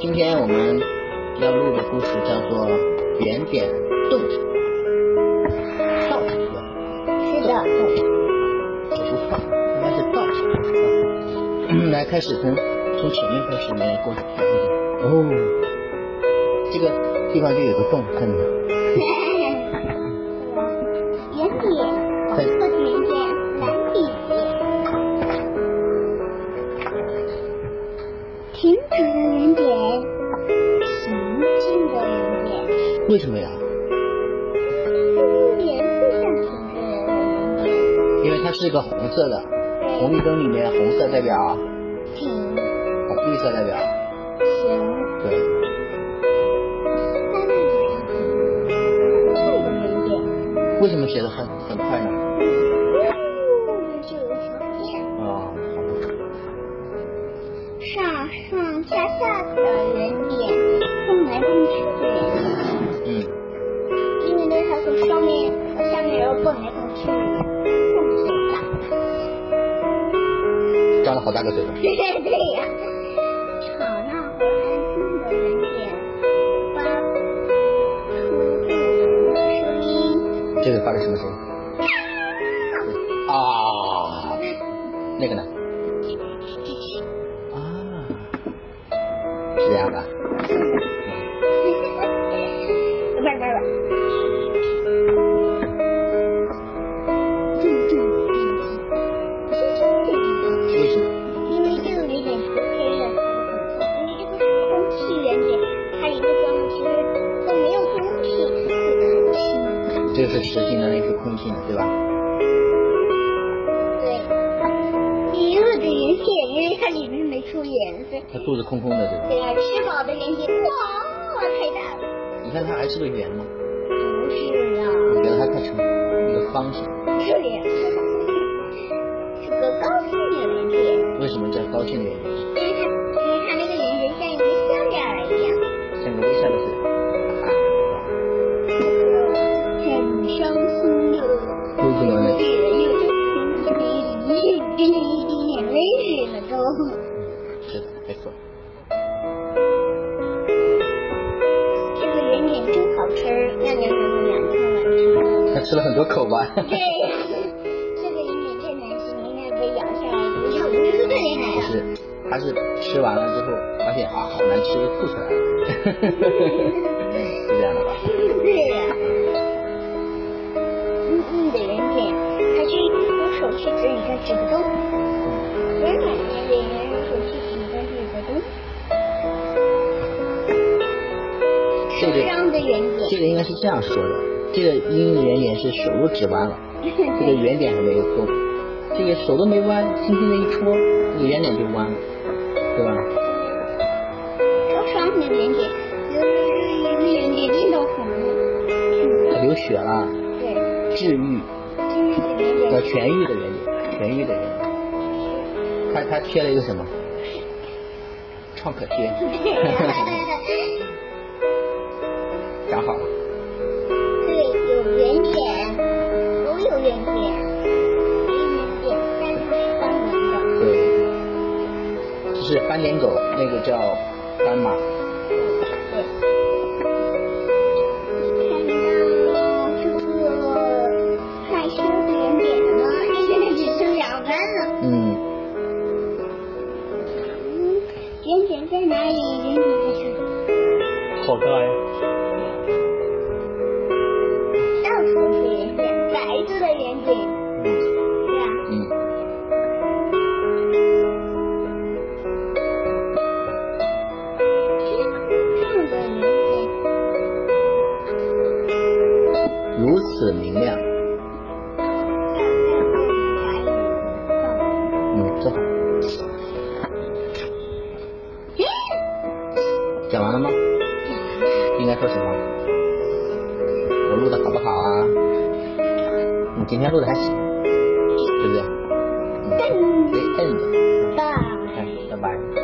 今天我们要录的故事叫做《圆点动手》，倒手是的， 不是放，应该是倒手。来，嗯开始从从前面开始来过去。哦，这个地方就有个洞，看见没有？圆点这个圆点蓝底点，平坦的圆点，平静的圆点，为什么呀？这颜色像什么圆点？因为它是个红色的，红绿灯里面红色代表平绿色代表，呃行，对，那那里还有这个圆点。为什么学的很很快呢？就有条件，哦，好吧。上上下下的圆点，动来动去的圆点，嗯，因为呢，它从上面和下面然后蹦来蹦去，动作大。张了好大个嘴巴。对呀、吵闹和安静的圆点，发出动人的声音。这个发出什么声音？啊，那个呢？啊，是这样的。嗯不是不是不是，正正经经，不是正正经经。为什么？因为这个圆点是黑的，因为这个是空气圆点，它一个装置其实都没有空气，很轻。这个是实心的，那个是空心的，对吧？对，一个的圆点，因为它里面没出颜色。它肚子空空的，对吧？对啊，吃饱的圆点，哇，太大了。你看它还是个圆吗？不是呀，我觉得它快成一个方形。这里是个高兴的圆点，因为为什么叫高兴的圆？它因为它那个圆点像一个项链儿一样。像个微笑的啊嘴。很伤心的。为什么又又又又又呢？一滴眼泪了都。嗯是的，没错。这个圆点真好吃，让娘娘们两天晚上。它吃了很多口吧？对，这个圆点真难吃，娘娘被咬下来，咬的特厉害不啊！是，它是吃完了之后发现啊好难吃，就吐出来了， 是这样的吧？对呀、嗯嗯的圆点，还是用手去指一个指个洞，软软的圆，用手去指一个指个洞。这手个上的圆点。这个应该是这样说的，这个因为圆点是手都指弯了，这个圆点还没有动，这个手都没弯，轻轻的一戳，这个圆点就弯了，对吧？受伤的圆点，就是那个圆点真的很很它流血了，对，治愈就是那个要圆点痊愈的圆点，痊愈的圆点，它它贴了一个什么？创可贴，对，讲好了，有圆点，都有圆点，有圆点，但它是斑纹的。对，就是斑点狗，那个叫斑马。对，你看到这个害羞的圆点了吗？现在只剩两半了。嗯，嗯，圆点在哪里？圆点在什么？好大呀！到处是圆点，白色的圆点，嗯对吧？嗯，天上的圆点，如此明亮。像在万里白云嗯，坐好。讲完了吗？应该说什么？我录的好不好啊？你今天录的还行，对不对？嗯，嗯得摁的。到。哎，拜拜。